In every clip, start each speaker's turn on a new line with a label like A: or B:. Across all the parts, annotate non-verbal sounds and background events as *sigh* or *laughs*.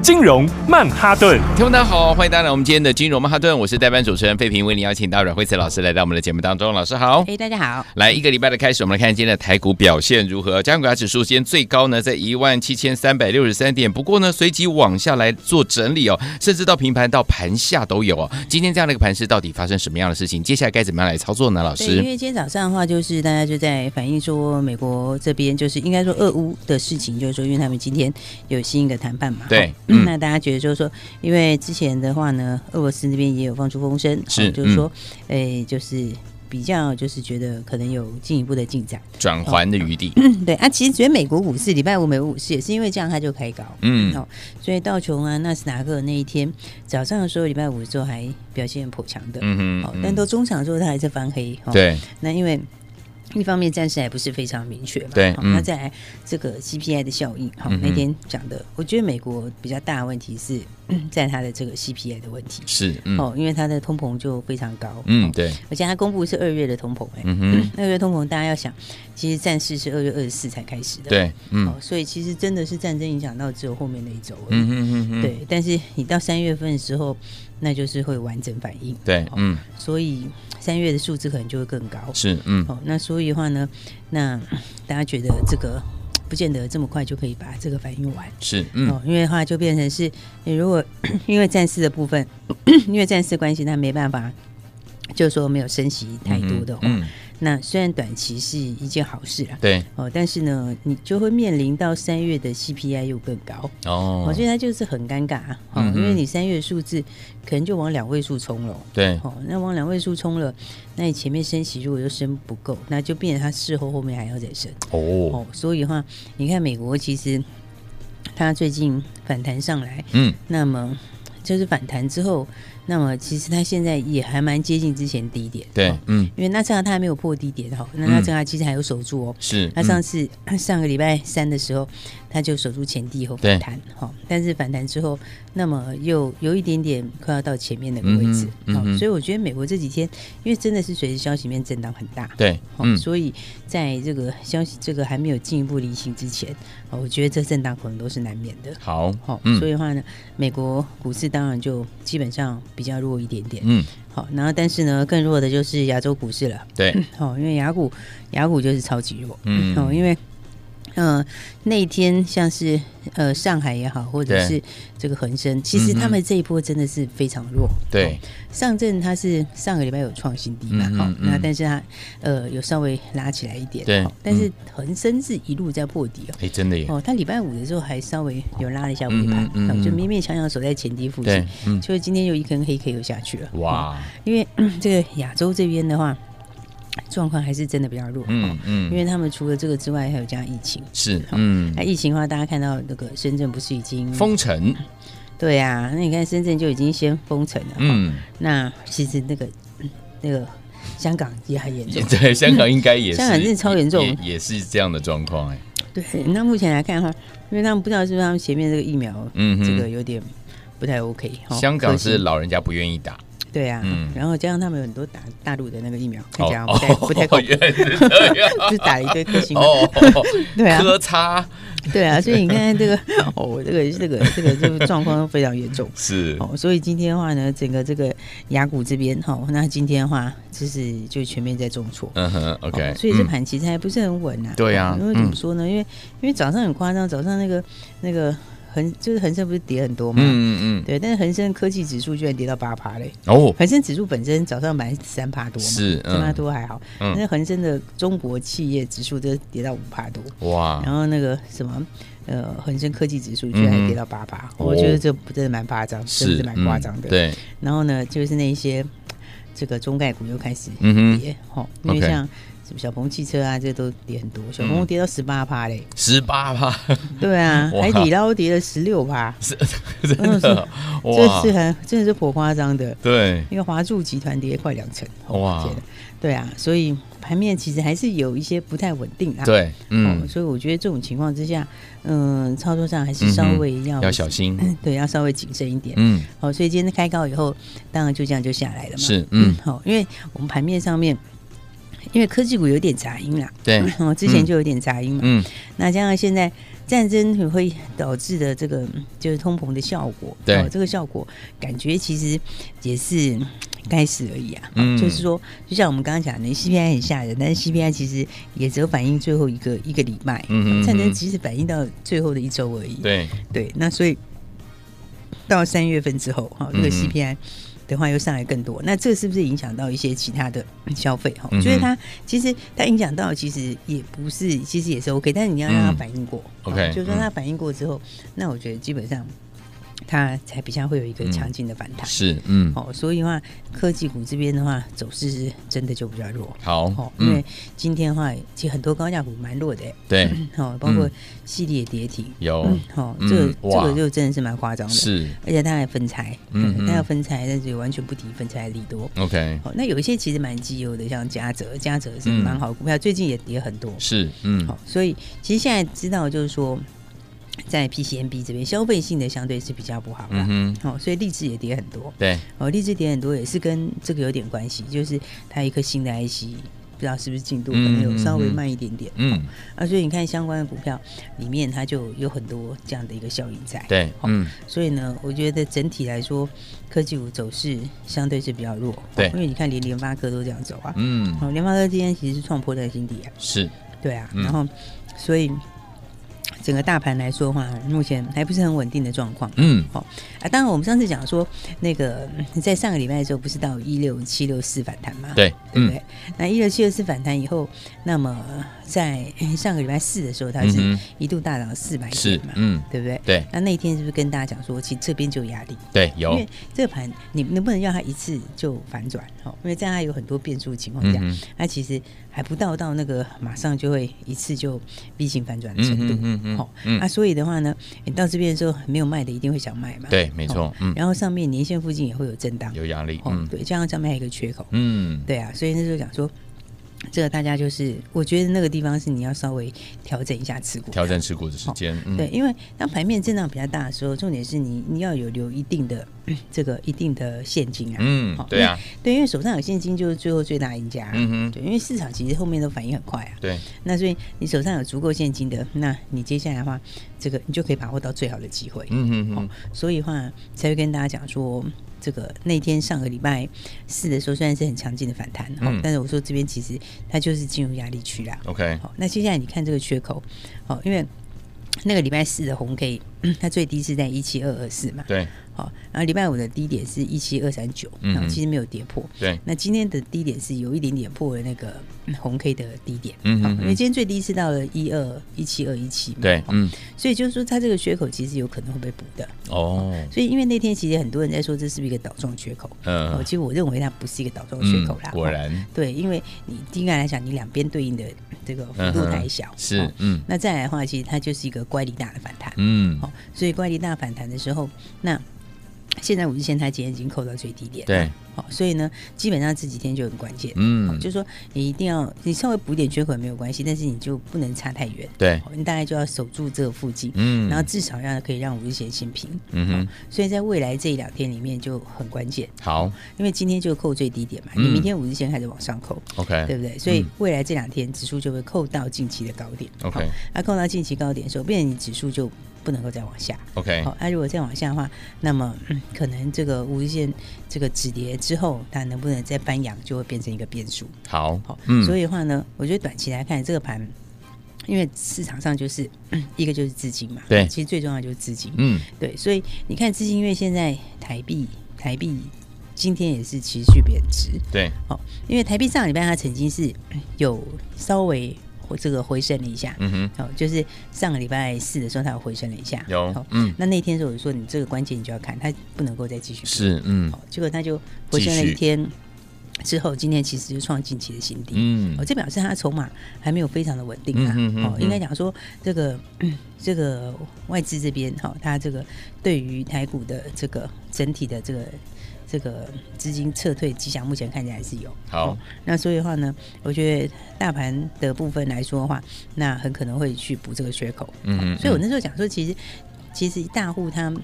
A: 金融曼哈顿。
B: 听众大家好，欢迎大家来我们今天的金融曼哈顿，我是代班主持人费平，为您邀请到阮慧慈老师来到我们的节目当中，老师好。
C: 哎，大家好。
B: 来一个礼拜的开始，我们来看今天的台股表现如何。加权股价指数今天最高呢在一万七千三百六十三点，不过呢随即往下来做整理哦，甚至到平盘到盘下都有哦。今天这样的一个盘势，到底发生什么样的事情？接下来该怎么样来操作呢？老
C: 对，因
B: 师，
C: 为今天早上的话，就是大家就在反映说，美国这边就是应该说俄乌的事情，就是说，因为他们今天有新一个谈判嘛，
B: 对
C: 哦
B: 嗯
C: 那大家觉得就是说，因为之前的话呢，俄罗斯那边也有放出风声，
B: 是嗯
C: 哦就是说，哎、就是比较就是觉得可能有进一步的进展，
B: 转环的余地，
C: 对啊，其实昨天美国股市礼拜五美国股市也是因为这样，它就开高，
B: 嗯
C: 好、所以道琼啊、纳斯达克那一天早上的时候，礼拜五的时候还表现颇强的，
B: 嗯
C: 好
B: 哼，
C: 但到中场之后它还是翻黑，哦，
B: 对，
C: 那因为。一方面暂时还不是非常明确嘛，
B: 对
C: 好
B: 嗯
C: 那再来这个 CPI 的效应，好、
B: 嗯哼
C: 那天讲的，我觉得美国比较大的问题是 *clears throat* 在它的这个 CPI 的问题，
B: 是，嗯
C: 哦，因为它的通膨就非常高，
B: 嗯，
C: 哦，
B: 对，
C: 而且它公布是二月的通膨、哎、
B: 嗯哼，
C: 二月通膨，大家要想，其实战事是二月二十四才开始的，，
B: 对，嗯
C: 哦，所以其实真的是战争影响到只有后面那一周而已，
B: 嗯哼哼哼，
C: 对。但是你到三月份的时候，那就是会完整反应，
B: 对
C: 哦，
B: 嗯
C: 所以三月的数字可能就会更高，
B: 是，嗯
C: 哦。那所以的话呢，那大家觉得这个 *clears throat* 不见得这么快就可以把这个反应完。
B: 是，嗯
C: 哦，因为的话就变成是，你如果 *clears throat* 因为战事的部分， *clears throat* 因为战事关系，他没办法，就是说没有升息太多的话，
B: 嗯嗯
C: 那虽然短期是一件好事啊，
B: 对，
C: 哦，但是呢，你就会面临到三月的 CPI 又更高，
B: 哦
C: 哦，所以它就是很尴尬啊，哦，
B: 嗯哼
C: 因为你三月的数字可能就往两位数冲了，
B: 对，
C: 哦，那往两位数冲了，那你前面升息如果又升不够，那就变成它事后后面还要再升，
B: 哦，
C: 哦，所以的话，你看美国其实它最近反弹上来，
B: 嗯，
C: 那么就是反弹之后，那么其实它现在也还蛮接近之前低点，
B: 对
C: 哦，
B: 嗯
C: 因为纳斯达克它还没有破低点哦，那纳斯达克其实还有守住哦，
B: 是，嗯
C: 他上次、 *clears throat* 上个礼拜三的时候，他就守住前低以后
B: 对
C: 反弹，哈，但是反弹之后，那么又有一点点快要到前面那个
B: 嗯
C: 位
B: 哼
C: 置，
B: 嗯
C: 好
B: 哼
C: 所以我觉得美国这几天，因为真的是随着消息面震荡很大，
B: 对，
C: 好
B: 嗯
C: 所以在这个消息这个还没有进一步离行之前，哦我觉得这震荡可能都是难免的，
B: 好，
C: 好、
B: 嗯
C: 所以的话呢，美国股市当然就基本上比较弱一点点，
B: 嗯，
C: 好、然后但是呢，更弱的就是亚洲股市了。
B: 对，
C: 哦，因为雅股雅股就是超级弱，
B: 嗯
C: 嗯，哦，因为。呃，那一天像是呃上海也好，或者
B: 对
C: 是这个恒生，其实
B: 嗯哼
C: 他们这一波真的是非常弱。
B: 对
C: 哦，上证它是上个礼拜有创新低嘛，
B: 嗯哼
C: 好、那
B: 嗯
C: 但是它呃有稍微拉起来一点，
B: 对
C: 哦但是
B: 嗯
C: 恒生是一路在破底哦。
B: 哎，真的耶，
C: 哦，它礼拜五的时候还稍微有拉了一下尾
B: 嗯哼
C: 盘，
B: 嗯
C: 哦
B: 哼
C: 就勉勉强强守在前低附近
B: 对，，嗯，
C: 就是今天又一根黑 K 又下去了。哦
B: 哇，
C: 因为 *clears throat* 这个亚洲这边的话，状况还是真的比较弱。哦
B: 嗯嗯，
C: 因为他哎们除了这个之外，还有加疫情。
B: 是，嗯
C: 那、，疫情的话，大家看到那个深圳不是已经
B: 封城，
C: 对啊，那你看深圳就已经先封城了。嗯，
B: 嗯， *laughs*
C: 那其实那个嗯那个香港也很严
B: 也
C: 重。
B: 对，香港应该也是，
C: 香港真的超严重
B: 也也是这样的状况，哎，
C: 对，那目前来看哈，因为他们不知道是不是他们前面这个疫苗，
B: 嗯哼
C: 这个有点不太 OK 哈。
B: 香港
C: 可
B: 是
C: 惜
B: 老人家不愿意打，
C: 对啊，
B: 嗯
C: 然后加上他们有很多打大陆的那个疫苗，看起来
B: 哦
C: 不太、不太
B: 哦
C: 够，
B: 原来是这样，
C: *laughs*
B: *laughs*
C: 就打了一堆特型。
B: 哦，
C: *laughs* 对啊，
B: 科差
C: 对啊，所以你看看这个，哦，这个这个这个这个状况非常严重。
B: 是，
C: 哦，所以今天的话呢，整个这个雅股这边哈、哦，那今天的话就是就全面在重挫。
B: 嗯哼，OK，
C: 哦所以这
B: 嗯
C: 盘其实还不是很稳啊。
B: 对啊
C: 哦因为怎么
B: 嗯
C: 说呢？因为因为早上很夸张，早上那个那个恒就是恒生不是跌很多嘛，
B: 嗯嗯嗯，
C: 对，但是恒生科技指数居然跌到八趴嘞。
B: 哦，
C: 恒生指数本身早上买三趴多嘛，
B: 是嗯
C: 三趴多还好，
B: 嗯
C: 但是恒生的中国企业指数就跌到五趴多。
B: 哇
C: 然，后那个什么，呃，恒生科技指数居然还跌到八八、我觉得这真的蛮夸张，真
B: 嗯
C: 的
B: 哦是
C: 是蛮夸张的、
B: 嗯，对，
C: 然后呢，就是那一些这个中概股又开始
B: 嗯哼，
C: 跌，吼、因为
B: OK 嗯
C: 像什么小鹏汽车啊，这都跌很多，小鹏跌到十八趴嘞，
B: 十八趴， *laughs*
C: 对啊，
B: 哇
C: 海底捞跌了十六趴，
B: 是真的
C: 这
B: 哇
C: 是，很真的是颇夸张的。
B: 对，
C: 因为华住集团跌快两成，
B: 哇
C: 天哪对啊，所以盘面其实还是有一些不太稳定啊。
B: 对，
C: 嗯、
B: 嗯，
C: 所以我觉得这种情况之下，嗯、操作上还是稍微要、
B: 要小心，
C: *laughs* 对，要稍微谨慎一点。
B: 嗯，
C: 好、所以今天开高以后，当然就这样就下来了嘛。
B: 是嗯
C: 好、因为我们盘面上面，因为科技股有点杂音啦，
B: 嗯对，
C: 哦，之前就有点杂音嘛。
B: 嗯，
C: 那加上现在战争也会导致的这个嗯就是通膨的效果，哦
B: 对
C: 这个效果感觉其实也是嗯该死而已啊。
B: 嗯
C: 就是说，就像我们刚刚讲的，CPI 很吓人，但是 CPI 其实也只有反映最后一个一个礼拜，
B: 嗯嗯嗯
C: 战争其实反映到最后的一周而已。
B: 对，
C: 对那所以到三月份之后，哈、这
B: 嗯
C: 个
B: 嗯
C: CPI。的话又上来更多，那这是不是影响到一些其他的嗯消费？哈、
B: 嗯哼
C: 我觉得它其实它影响到，其实也不是，其实也是 OK，但是你要让它
B: 嗯
C: 反应过、
B: OK，嗯
C: 哦就说它反应过之后，那我觉得基本上它才比较会有一个
B: 嗯
C: 强劲的反弹。
B: 是，嗯，
C: 哦，所以的话，科技股这边的话，走势是真的就比较弱。哦
B: 好，，
C: 因为
B: 嗯，
C: 今天的话，其实很多高价股蛮弱的，
B: 对，
C: 哦，包括
B: 嗯
C: 系列跌停，
B: 有，
C: 哦，
B: 嗯
C: 这个、这
B: 哇
C: 个就真的是蛮夸张的。
B: 是
C: 而且它还分拆， *laughs*
B: 嗯嗯
C: 它要分拆，但是完全不提分拆的利多。
B: ，OK，
C: 好，那有一些其实蛮绩优的，像嘉泽，嘉泽是
B: 嗯
C: 蛮好的股票，最近也跌很多。
B: 是，嗯，
C: 好，所以其实现在知道就是说，在 PCMB 这边消费性的相对是比较不好啦。
B: 嗯哼，
C: 好、所以励志也跌很多。
B: 对，
C: 哦，励志跌很多也是跟这个有点关系，就是它有一颗新的 IC，不知道是不是进度可能有稍微慢一点点。
B: 嗯，
C: 啊，所以你看相关的股票里面，它就有很多这样的一个效应在。
B: 对，
C: 好
B: 嗯，
C: 所以呢，我觉得整体来说，科技股走势相对是比较弱。哦
B: 对
C: 因为你看连联发科都这样走啊。
B: 嗯，
C: 好、联发科今天其实是创破断新低啊。
B: 是，
C: 对啊，
B: 嗯
C: 然后所以整个大盘来说的话，目前还不是很稳定的状况。
B: 嗯，
C: 啊，当然我们上次讲说，那个嗯在上个礼拜的时候，不是到一六七六四反弹嘛？。
B: 对，
C: 啊对
B: 嗯
C: 不对？，那一六七六四反弹以后，那么在哎上个礼拜四的时候，它
B: 嗯
C: 是
B: 哼
C: 一度大涨四百
B: 是
C: 点嘛，，
B: 嗯，
C: 对不对？
B: 对，
C: 那那一天是不是跟大家讲说，其实这边就有压力，
B: 对，
C: 因
B: 有
C: 为，这个盘你能不能让它一次就反转？哦，因为在它有很多变数的情况下，
B: 嗯哼，
C: 它其实还不到到那个马上就会一次就 V 型反转的程度。
B: 嗯嗯嗯，
C: 好
B: 好，嗯
C: 啊，，所以的话呢，你到这边的时候没有卖的，一定会想卖嘛。
B: 对，没
C: 哦
B: 错，嗯，
C: 然后上面年线附近也会有震荡，
B: 有压力，
C: 哦
B: 嗯，，
C: 对，加上上面还有一个缺口，
B: 嗯，
C: 对啊，所以那时候讲说，这个大家就是，我觉得那个地方是你要稍微调整一下持股，
B: 调整持股的时间，嗯，
C: 对，，因为当盘面震荡比较大的时候，重点是你你要有留一定的 *clears throat* 这个一定的现金啊。
B: 嗯
C: 好，
B: 对啊，
C: 对，因为手上有现金就是最后最大赢家啊、
B: 嗯哼，
C: 对，因为市场其实后面都反应很快啊，
B: 对，
C: 那所以你手上有足够现金的，那你接下来的话，这个你就可以把握到最好的机会。
B: 嗯哼
C: 哦
B: 哼，，
C: 所以的话才会跟大家讲说，这个那天上个礼拜四的时候，虽然是很强劲的反弹，哦，
B: 嗯
C: 但是我说这边其实它就是进入压力区啦。
B: ，OK，
C: 好，那接下来你看这个缺口，好，因为那个礼拜四的红 K，它 *clears throat* 最低是在一七二二四嘛，
B: 对，
C: 好，然后礼拜五的低点是一七二三九，
B: 嗯
C: 然后其实没有跌破。
B: 对，
C: 那今天的低点是有一点点破了那个 *clears throat* 嗯红 K 的低点，
B: 嗯
C: 好
B: 嗯嗯
C: 因为今天最低是到了一二一七二一七嘛，
B: 对，
C: 好
B: 嗯，
C: 所以就是说它这个缺口其实有可能会被补的，
B: 哦，
C: 所以因为那天其实很多人在说这是不是一个倒装缺口，哦，
B: 嗯，
C: 其实我认为它不是一个倒装缺
B: 嗯
C: 口啦，
B: 果
C: 哦
B: 然
C: 对，因为你应该来讲，你两边对应的这个幅度太小，
B: 嗯是
C: 哦，
B: 嗯
C: 那再来的话，其实它就是一个乖离大的反弹，
B: 嗯，
C: 哦，所以乖离大反弹的时候，那现在五日线它今天已经扣到最低点，，
B: 对，
C: 哦，所以呢，基本上这几天就很关键，哦
B: 嗯，
C: 就是说你一定要你稍微补点缺口也没有关系，但是你就不能差太远，
B: 对，
C: 哦你大概就要守住这个附近，
B: 嗯，
C: 然后至少要可以让五日线先平，
B: 嗯哼，
C: 所以在未来这一两天里面就很关键，
B: 好
C: 因为今天就扣最低点嘛，你
B: 嗯
C: 明天五日线开始往上扣，对
B: ，OK，
C: 不对？所以
B: 嗯
C: 未来这两天指数就会扣到近期的高点。
B: OK
C: 好那、啊扣到近期高点的时候，变成你指数就不能够再往下。
B: OK，
C: 好、那、啊如果再往下的话，那么、嗯可能这个五日线这个止跌之后，它能不能再翻阳，就会变成一个变数。
B: 好
C: 好、，
B: 嗯，
C: 所
B: 以
C: 以的话呢，我觉得短期来看这个盘。因为市场上就是、嗯一个就是资金嘛，
B: 对
C: 其实最重要的就是资金，
B: 嗯，
C: 对，所以你看资金，因为现在台币台币今天也是持续贬值，
B: 对，
C: 哦，因为台币上礼拜它曾经是嗯有稍微回这个回升了一下，
B: 嗯哼，
C: 哦，就是上个礼拜四的时候它有回升了一下，
B: 有
C: 哦，
B: 嗯，
C: 那那天的时候我就说你这个关键你就要看它不能够再继续跌，
B: 是，嗯
C: 哦，结果它就回升了
B: 继续
C: 一天。之后，今天其实就创近期的新低。
B: 嗯
C: 哦，这表示它的筹码还没有非常的稳定啊。
B: 嗯嗯嗯
C: 哦，
B: 嗯
C: 应该讲说这个 *clears throat* 这个外资这边哈、哦，它这个对于台股的这个整体的这个这个资金撤退迹象，目前看起来还是有。
B: 好
C: 哦，那所以的话呢，我觉得大盘的部分来说的话，那很可能会去补这个缺口。
B: 嗯嗯
C: 所以我那时候讲说，其实其实大户他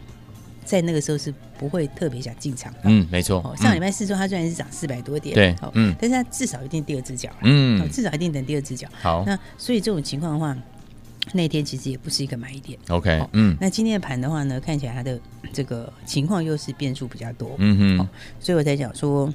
C: 在那个时候是不会特别想进场的。
B: 嗯，没错
C: 哦，，上礼
B: 面
C: 拜四说它虽然是涨四百多点，
B: 对
C: 哦，
B: 嗯
C: 但是它至少一定第二只脚了，哦
B: 嗯哦
C: 至少一定等第二只脚。
B: 好
C: 那所以这种情况的话，那天其实也不是一个买点。
B: ，OK，嗯
C: 那今天的盘的话呢，看起来它的这个情况又是变数比较多，
B: 嗯哼，
C: 所以我在讲说，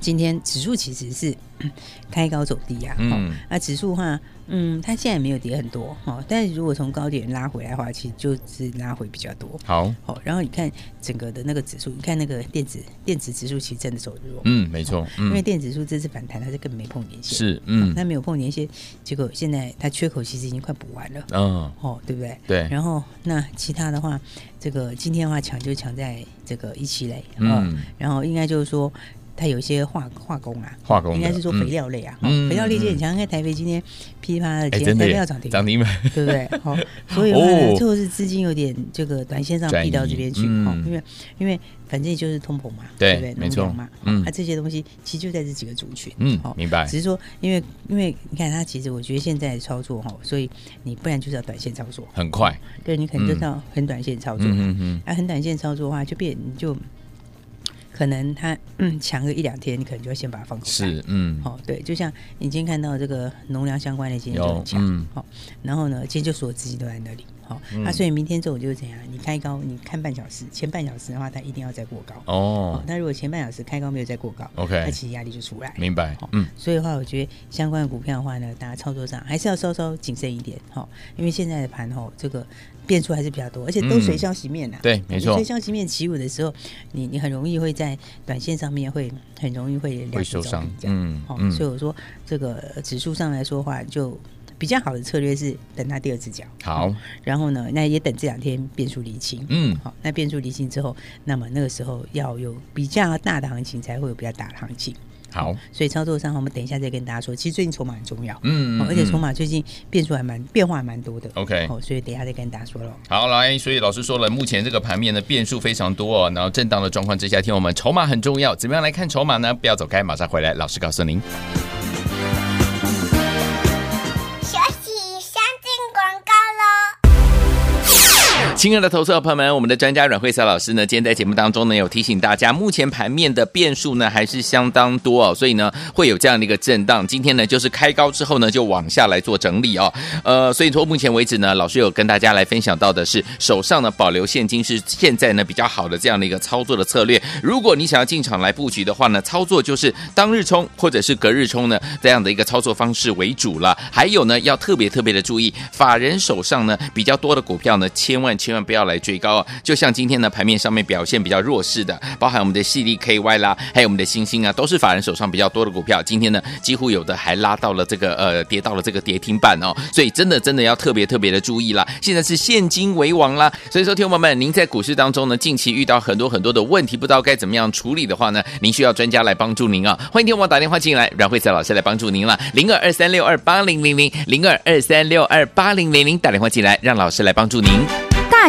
C: 今天指数其实是嗯开高走低呀、啊。哦
B: 嗯
C: 那指数的话，嗯，它现在也没有跌很多哦，但是如果从高点拉回来的话，其实就是拉回比较多。
B: 好，
C: 好、然后你看整个的那个指数，你看那个电子电子指数其实真的走弱，
B: 嗯没错，
C: 因为
B: 嗯
C: 电子指数这次反弹它是根本没碰年线，
B: 是嗯
C: 它没有碰年线，结果现在它缺口其实已经快补完了，
B: 嗯
C: 哦，对不对？
B: 对，
C: 然后那其他的话，这个今天的话抢就抢在这个一期类，哦，
B: 嗯
C: 然后应该就是说它有一些化化工啊，
B: 化工的
C: 应该是说肥
B: 嗯
C: 料类啊，
B: 嗯
C: 哦肥料类今天
B: 嗯
C: 你想想看台肥今天噼里啪啦的
B: 哎
C: 跌，
B: 真
C: 台
B: 的
C: 肥
B: 耶
C: 要涨停，
B: 涨停板，
C: 对
B: *laughs*
C: 不对？好、所以的话呢
B: 哦
C: 最后是资金有点这个短线上避到这边去，
B: 转移
C: 哈、
B: 嗯
C: 因为因为反正就是通膨嘛，
B: 对
C: 不对？
B: 没错
C: 农粮嘛，
B: 嗯
C: 啊，这些东西其实就在这几个族群，
B: 嗯
C: 好
B: 明白
C: 只是说，因为因为你看它，其实我觉得现在的操作哈，所以你不然就是要短线操作，
B: 很快，
C: 对你可能就是要很短线操作，
B: 嗯嗯嗯，
C: 啊，很短线操作的话，就变你就可能它嗯强个一两天，你可能就要先把它放出来。
B: 是嗯
C: 哦，对，就像你今天看到这个农粮相关的今天就
B: 有
C: 很强，哦
B: 嗯
C: 然后呢，今天就所有资金都在那里。好、那、所以明天中午就是怎样？你开高，你看半小时，前半小时的话，它一定要再过高。
B: 哦
C: 哦，那如果前半小时开高没有再过高，那
B: OK
C: 其实压力就出来。
B: 明白
C: 好
B: 嗯
C: 所以的话，我觉得相关的股票的话呢，大家操作上还是要稍稍谨慎一点，哈、因为现在的盘吼、这个变数还是比较多，而且都
B: 嗯
C: 随消息面呐、啊
B: 对没错
C: 随消息面起舞的时候，你你很容易会在短线上面会很容易会两
B: 会
C: 手
B: 受
C: 着
B: 伤
C: 地这样。
B: 嗯
C: 哦，所以
B: 嗯
C: 我说这个指数上来说的话，就比较好的策略是等它第二只脚。
B: 好
C: 然后呢，那也等这两天变数厘清。
B: 嗯
C: 好，那变数厘清之后，那么那个时候要有比较大的行情，才会有比较大的行情。
B: 好
C: 所以操作上，我们等一下再跟大家说。其实最近筹码很重要，
B: 嗯
C: 哦而且
B: 嗯
C: 筹码最近变数还蛮变化还蛮多的。
B: OK
C: 哦，所以等一下再跟大家说喽。
B: 好，来，所以老师说了，目前这个盘面的变数非常多哦，然后震荡的状况之下，听我们筹码很重要，怎么样来看筹码呢？不要走开，马上回来，老师告诉您。
D: 学习先进广告喽。
B: 亲爱的投资者朋友们，我们的专家阮慧赛老师呢，今天在节目当中呢，有提醒大家，目前盘面的变数呢还是相当多哦，所以呢会有这样的一个震荡。今天呢就是开高之后呢就往下来做整理哦，呃，所以说目前为止呢，老师有跟大家来分享到的是，手上呢保留现金是现在呢比较好的这样的一个操作的策略。如果你想要进场来布局的话呢，操作就是当日冲或者是隔日冲呢这样的一个操作方式为主了。还有呢，要特别特别的注意，法人手上呢比较多的股票呢，千万千万不要来追高哦。就像今天呢盘面上面表现比较弱势的，包含我们的系力 KY 啦，还有我们的星星啊，都是法人手上比较多的股票。今天呢，几乎有的还拉到了这个呃跌到了这个跌停板哦，所以真的真的要特别特别的注意啦。现在是现金为王啦，所以说听众朋友们，您在股市当中呢，近期遇到很多很多的问题，不知道该怎么样处理的话呢，您需要专家来帮助您啊、欢迎听我打电话进来，阮慧慈老师来帮助您了，零二二三六二八零零零零二二三六二八零零零打电话进来，让老师来帮助您。
E: 大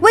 E: 为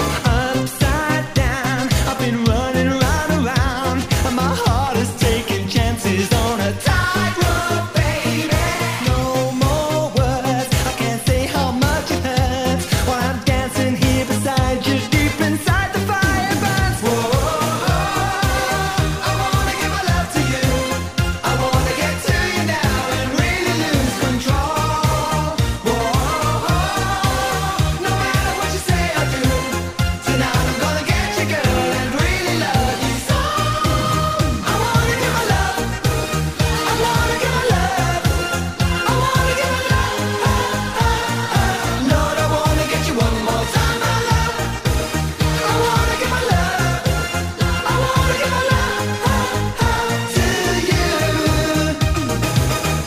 F: upside down. I've been running round and round, and my heart is taking chances on a tightrope, baby. No more words, I can't say how much it hurts while I'm dancing here beside you, deep inside the fire burns. Whoa, I wanna give my love to you. I wanna get to you now and really lose control. Whoa, no matter what you say, I do. Tonight I'm gonna get you, girl, and really love you so. I wanna give my love. I wanna give my love. I wanna give my love. Lord, I wanna get you one more time, my love. I wanna give my love. I wanna give my love to you.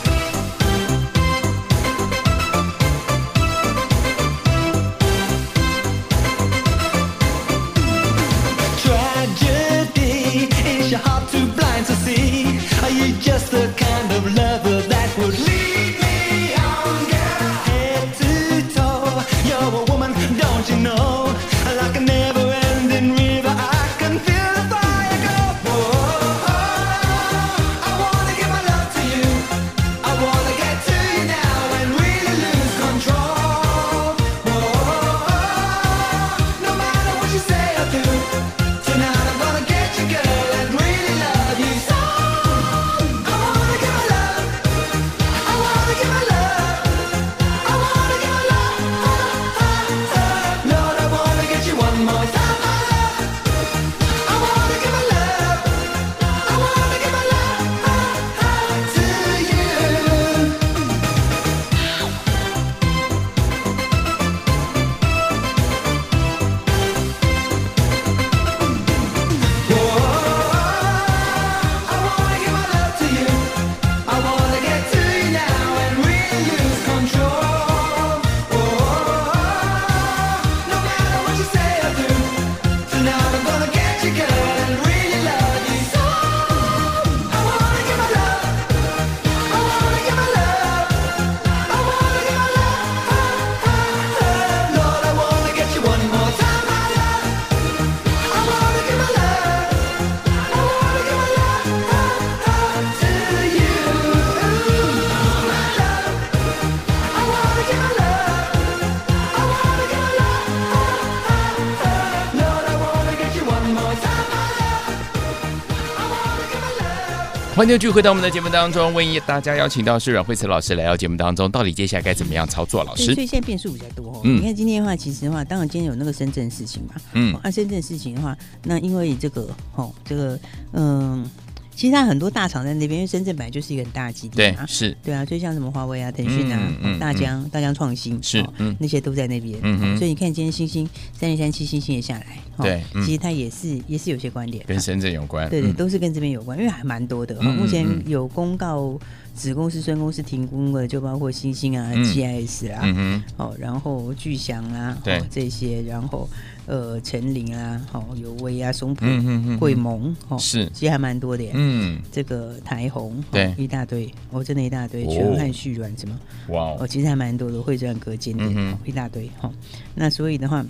F: tragedy? Is your heart too blind to see? Are you just the kind of lover that would lead me on, girl? Head to toe, you're a woman, don't you know? Like a never-ending river, I can feel the fire go. Whoa, I wanna give my love to you. I wanna get to you now and really lose control. Whoa, no matter what you say or do. Tonight I'm gonna get you, girl, and really love you so. I wanna give my love. I wanna give my love. I wanna give my love. Lord, I wanna get you one more time, my love. I wanna give my love. I wanna give my love to you. I wanna give my love to you. I wanna get to you now and really lose control. No matter what you say or do, tonight I'm gonna get you, girl, and really love you so. I wanna give my love. I wanna give my love. I wanna give my love. Lord, I wanna get you one more time, my love. I wanna give my love. I wanna give my love, to you, my love. I wanna give my love. I wanna give my love, Lord, I wanna get you one more time, my love. I wanna give my love.
B: 欢迎继续回到我们的节目当中，为大家邀请到是阮慧慈老师来到节目当中，到底接下来该怎么样操作？老
C: 对
B: 师
C: 所，以现在变数比较多、哦。
B: 嗯
C: 你看今天的话，其实的话，当然今天有那个深圳事情嘛，
B: 嗯
C: 啊，深圳事情的话，那因为这个，哦，这个，嗯，其实它很多大厂在那边，因为深圳本来就是一个很大的基地
B: 对
C: 嘛，，
B: 是，
C: 对啊，所以像什么华为啊、腾讯啊、
B: 嗯嗯
C: 哦大疆、大疆创新
B: 是
C: 哦
B: 嗯
C: 那些都在那边。
B: 嗯哼
C: 所以你看今天星星三零三七星星也下来，哦
B: 对嗯
C: 其实它也是也是有些关联的，啊
B: 跟深圳有关，
C: 对对，
B: 嗯
C: 都是跟这边有关，因为还蛮多的。哦
B: 嗯嗯
C: 目前
B: 嗯
C: 有公告子公司、孙公司停工的，就包括星星啊、
B: 嗯
C: GIS 啊，
B: 嗯哼，
C: 哦，然后巨翔啦，
B: 对
C: 哦这些，然后呃陈林啊，哦有威啊、松浦、
B: 嗯哼嗯哼
C: 桂盟，哦
B: 是
C: 其实还蛮多的耶。
B: 嗯，
C: 这个台红哦
B: 对
C: 一大堆，哦，真的一大堆，
B: 哦
C: 全汉续软什么，
B: 哇
C: 哦，
B: 哦，
C: 其实还蛮多的，会转隔间的、
B: 嗯哼
C: 哦一大堆哈、哦。那所以的话，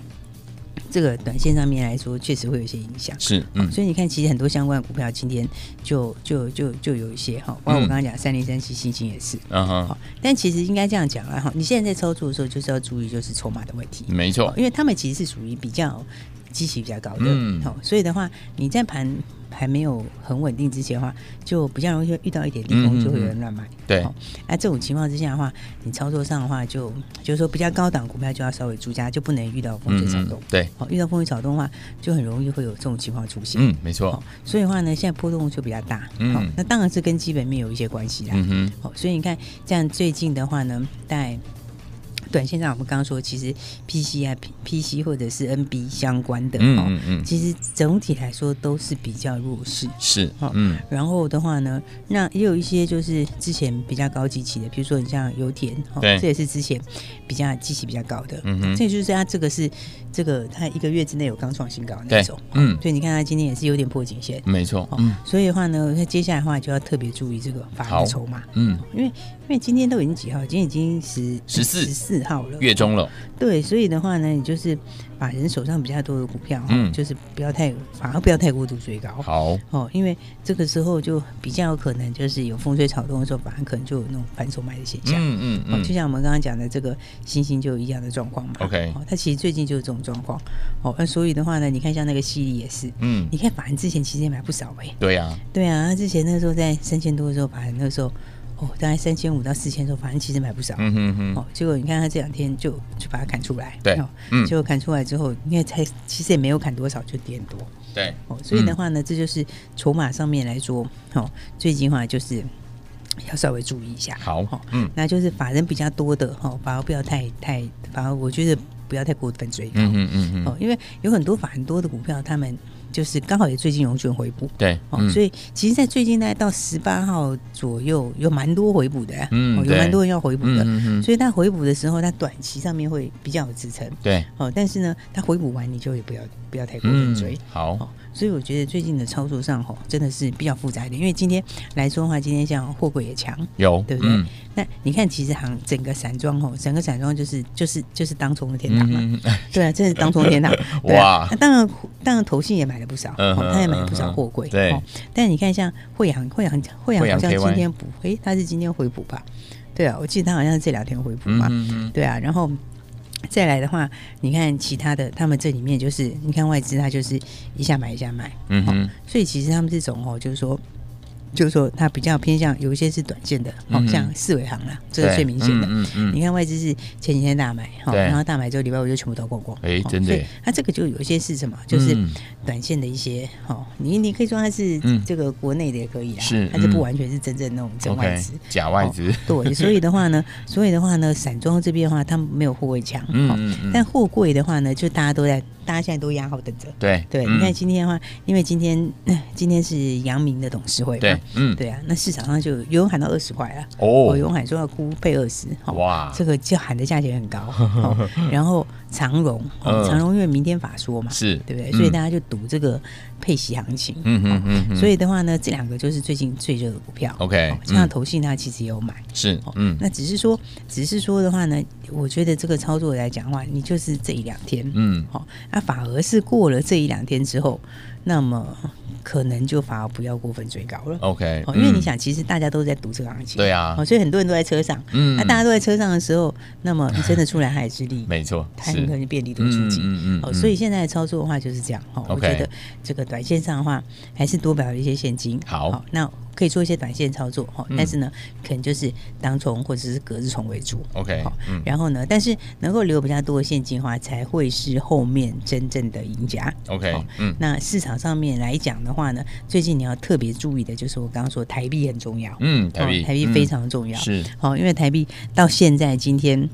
C: 这个短线上面来说，确实会有一些影响。
B: 是，嗯，
C: 哦所以你看，其实很多相关的股票今天就就就就有一些哈，包括我
B: 嗯
C: 刚刚讲三零三七星星也是。
B: 嗯哼，
C: 好，但其实应该这样讲啦哈，你现在在操作的时候，就是要注意就是筹码的问题，
B: 没错
C: 哦，因为他们其实是属于比较基期比较高的，
B: 嗯
C: 好、所以的话，你在盘还没有很稳定之前的话，就比较容易会遇到一点利
B: 嗯嗯
C: 空，
B: 嗯
C: 就会有人乱买。
B: 对
C: 好那、这种情况之下的话，你操作上的话就，就是说比较高档股票就要稍微注加，就不能遇到风吹草
B: 嗯
C: 动。
B: 嗯，对，
C: 好、遇到风吹草动的话，就很容易会有这种情况出现。
B: 嗯，没
C: 好、
B: 错，
C: 所以的话呢，现在波动就比较大。
B: 嗯
C: 好那当然是跟基本面有一些关系啦。
B: 嗯哼，
C: 好、所以你看，这样最近的话呢，在短线上我们刚刚说，其实 PC 啊、PC 或者是 NB 相关的
B: 嗯
C: 哦，
B: 嗯嗯
C: 其实整体来说都是比较弱势。
B: 是
C: 好，
B: 嗯，
C: 然后的话呢，那也有一些就是之前比较高级期的，比如说你像油田，哦
B: 对
C: 这也是之前比较基期比较高的，
B: 嗯哼
C: 这就是它这个是这个它一个月之内有刚创新高的那
B: 对
C: 种，
B: 嗯
C: 所以你看它今天也是有点破颈线，
B: 没错，
C: 哦
B: 嗯
C: 所以的话呢，那接下来的话就要特别注意这个法
B: 好
C: 人筹码，
B: 嗯，
C: 因为因为今天都已经几号？今天已经十
B: 14
C: 十四号了，
B: 月中了，
C: 对，所以的话呢，你就是把人手上比较多的股票，
B: 嗯
C: 嗯，就是不要太反而不要太过度追高，
B: 好，
C: 哦，因为这个时候就比较有可能就是有风吹草动的时候，反而可能就有那种反手买的现象。
B: 嗯嗯
C: 哦，就
B: 嗯，
C: 像我们刚刚讲的，这个星星就有一样的状况嘛。
B: OK
C: 哦，它其实最近就是这种状况。哦，那所以的话呢，你看像那个犀利也是，
B: 嗯，
C: 你看法人之前其实也买不少哎、
B: 对呀，
C: 对啊，他之前那时候在三千多的时候，法人那时候哦，大概三千五到四千的时候，法人其实买不少。
B: 嗯哼哼，
C: 哦，结果你看他这两天就就把它砍出来，
B: 对
C: 哦
B: 嗯
C: 结果砍出来之后，因为才其实也没有砍多少，就跌很多，
B: 对，嗯
C: 哦，所以的话呢，这就是筹码上面来说，哦，最近的话就是要稍微注意一下。
B: 好
C: 哦，
B: 嗯
C: 那就是法人比较多的，哦，反而不要太太，反而我觉得不要太过分追高，
B: 嗯哼嗯哼，
C: 哦，因为有很多法人多的股票，他们就是刚好也最近融券回补。
B: 对，
C: 哦，
B: 嗯
C: 所以其实，在最近大概到十八号左右，有蛮多回补的，
B: 嗯
C: 哦，有
B: 对
C: 蛮多人要回补的，
B: 嗯嗯嗯
C: 所以它回补的时候，它短期上面会比较有支撑，
B: 对，
C: 哦，但是呢，它回补完你就也不要不要太过分追，
B: 好
C: 哦，，所以我觉得最近的操作上吼，真的是比较复杂一点，因为今天来说的话，今天像货柜也强，
B: 有，
C: 对不对？那你看，其实行整个散装吼，整个散装就是就是就是当冲的天堂嘛，
B: 嗯哼，
C: 对啊，这是当冲天
B: *laughs*
C: 堂，对啊
B: 哇
C: 那当然当然投信也买了不少，
B: 嗯哼
C: 哦，他也买了不
B: 嗯
C: 少
B: 哼
C: 货柜，
B: 对
C: 哦。但你看像惠阳，惠阳惠阳
B: 惠阳
C: 好像
B: KY
C: 今天补，诶，他是今天回补吧？对啊，我记得他好像是这两天回补
B: 嗯
C: 嘛，
B: 哼哼，
C: 对啊，然后。再来的话，你看其他的，他们这里面就是，你看外资，它就是一下买一下卖，
B: 嗯哼
C: 哦，所以其实他们这种哦，就是说，就是说它比较偏向有一些是短线的，哦，
B: 嗯哼
C: 像四维行啦，这个最明显的，
B: 嗯嗯
C: 你
B: 嗯，
C: 看外资是前几天大买哈，
B: 对
C: 然后大买之后礼拜五就全部都逛光，
B: 哎
C: 哦
B: 真的
C: 所
B: 耶
C: 以它这个就有一些是什么，就是
B: 嗯
C: 短线的一些哈，你你可以说它是
B: 嗯
C: 这个国内的也可以啦，
B: 是
C: 它是
B: 嗯
C: 不完全是真正那种真外
B: OK，
C: 资。
B: 假外资，*laughs*
C: 哦对，所以的话呢，所以的话呢，散装这边的话，它没有货柜强，
B: 嗯
C: 哦
B: 嗯嗯
C: 但货柜的话呢，就大家都在，大家现在都压好等着。
B: 对嗯
C: 对，你看今天的话，因为今天嗯今天是阳明的董事会嘛，
B: 对，嗯，
C: 对啊，那市场上就有人喊到二十块了。
B: 哦
C: 哦，，永海说要估配二十，哦
B: 哇
C: 这个就喊的价
B: *laughs*
C: 钱很高。哦、然后长荣，哦
B: 嗯
C: 长荣因为明天法说嘛，
B: 是
C: 对不对？
B: 嗯
C: 所以大家就赌这个配息行情。
B: 嗯哼
C: 哦
B: 嗯哼
C: 所以的话呢，这两个就是最近最热的股票。
B: OK，
C: 哦像
B: 嗯
C: 投信它其实也有买。
B: 是
C: 哦，
B: 嗯
C: 那只是说，只是说的话呢，我觉得这个操作来讲的话，你就是这一两天，
B: 嗯，
C: 好、那反而是过了这一两天之后，那么可能就反而不要过分追高了。
B: ，OK，
C: 哦，因为
B: 嗯
C: 你想，其实大家都在读这个行情，
B: 对啊
C: 哦，所以很多人都在车上，
B: 嗯
C: 那大家都在车上的时候，
B: *laughs*
C: 那么你真的出来，它也是利，
B: 没错，
C: 它
B: 是
C: 很可能就变利多出
B: 嗯嗯
C: 尽
B: 嗯，
C: 哦，
B: 嗯
C: 所以现在的操作的话就是这样，哦，我
B: OK
C: 觉得这个短线上的话，还是多保留一些现金，
B: 好嗯
C: 哦那可以做一些短线操作，哦，但是呢，可能就是当冲或者是隔日冲为主。
B: OK，
C: 好
B: 嗯，
C: 然后呢？但是能够留比较多的现金的话，才会是后面真正的赢家。哦
B: OK，
C: 好
B: 嗯
C: 那市场上面来讲的话呢，最近你要特别注意的就是我刚刚说台币很重要，
B: 嗯，台币
C: 哦、台币
B: 嗯
C: 非常重要，
B: 是
C: 哦，因为台币到现在今天。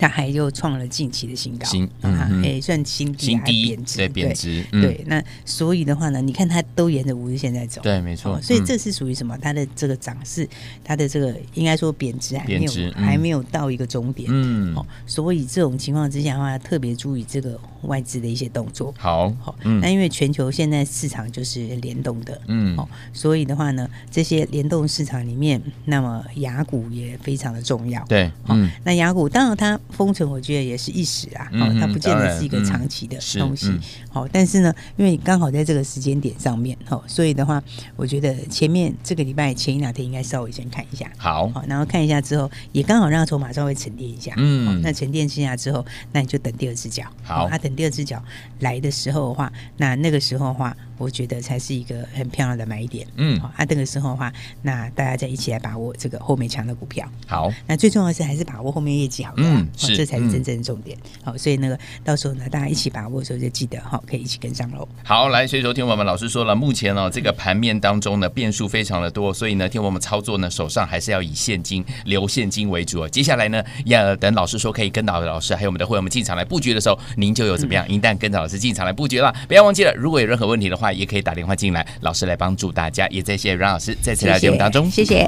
C: 它还又创了近期的新高，
B: 新嗯
C: 啊
B: 哼，
C: 哎，算新低
B: 新
C: 还
B: 低
C: 贬值，
B: 对贬值，
C: 对
B: 嗯
C: 对，那所以的话呢，你看它都沿着五日线在走，
B: 对，没错
C: 哦，所以
B: 嗯
C: 这是属于什么？它的这个涨势，它的这个应该说贬值还没
B: 贬
C: 有
B: 值嗯
C: 还没有到一个终点，
B: 嗯
C: 哦，所以这种情况之下的话，特别注意这个外资的一些动作，
B: 好
C: 好，，
B: 嗯
C: 那因为全球现在市场就是联动的，
B: 嗯
C: 哦，所以的话呢，这些联动市场里面，那么雅股也非常的重要，
B: 对，
C: 好。
B: 嗯
C: 那雅股当然它封城，我觉得也是一时啊，
B: 嗯
C: 哦，它
B: 嗯
C: 不见
B: 当
C: 得
B: 然
C: 是一个
B: 嗯
C: 长期的
B: 是
C: 东西
B: 嗯，
C: 好、但是呢，因为刚好在这个时间点上面，哦，所以的话，我觉得前面这个礼拜前一两天应该稍微先看一下，
B: 好，
C: 哦好，然后看一下之后，也刚好让筹码稍微沉淀一下。
B: 嗯
C: 好那沉淀一下之后，那你就等第二只脚。
B: 好
C: 啊，等第二只脚来的时候的话，那那个时候的话，我觉得才是一个很漂亮的买点。
B: 嗯
C: 好，啊，那个时候的话，那大家再一起来把握这个后面强的股票。
B: 好，
C: 那最重要的是还是把握后面业绩好的、
B: 嗯
C: 啊，
B: 是
C: 哦这才是真正的重点。好、所以那个到时候呢，大家一起把握的时候就记得哦哈、可以一起跟上喽。
B: 好，来，所以说听我们老师说了，目前哦这个盘面当中呢变数非常的多，所以呢听我们操作呢手上还是要以现金留现金为主哦。接下来呢要等老师说可以跟到的老师还有我们的会员们进场来布局的时候，您就有怎么样一旦跟着老师进场来布局了。不要忘记了，如果有任何问题的话，也可以打电话进来，老师来帮助大家。也再谢谢阮老师再次来到节目当中，
C: 谢谢。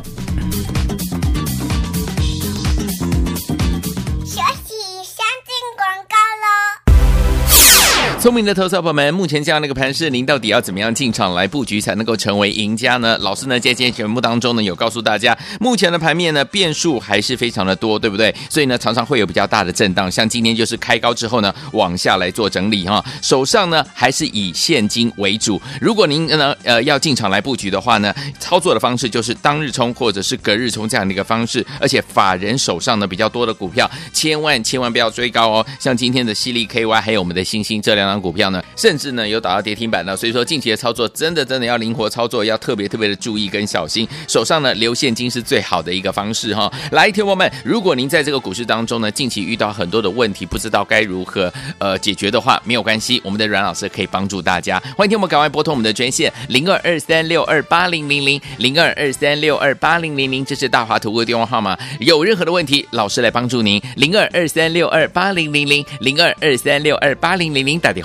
D: 学习先进广告喽。
B: 聪明的投资者朋友们，目前这样的一个盘势，您到底要怎么样进场来布局才能够成为赢家呢？老师呢在今天节目当中呢有告诉大家，目前的盘面呢变数还是非常的多，对不对？所以呢常常会有比较大的震荡，像今天就是开高之后呢往下来做整理哈，手上呢还是以现金为主。如果您呢呃要进场来布局的话呢，操作的方式就是当日冲或者是隔日冲这样的一个方式，而且法人手上呢比较多的股票，千万千万不要追高哦。像今天的犀利 KY，还有我们的星星这两档股票呢，甚至呢有打到跌停板了。所以说近期的操作真的真的要灵活操作，要特别特别的注意跟小心。手上呢留现金是最好的一个方式哈、来，听友们，如果您在这个股市当中呢，近期遇到很多的问题，不知道该如何呃解决的话，没有关系，我们的阮老师可以帮助大家。欢迎听我们赶快拨通我们的专线零二二三六二八零零零零二二三六二八零零零，这是大华投顾的电话号码。有任何的问题，老师来帮助您。零二二三六二八零零零零二二三六二八零零零，打电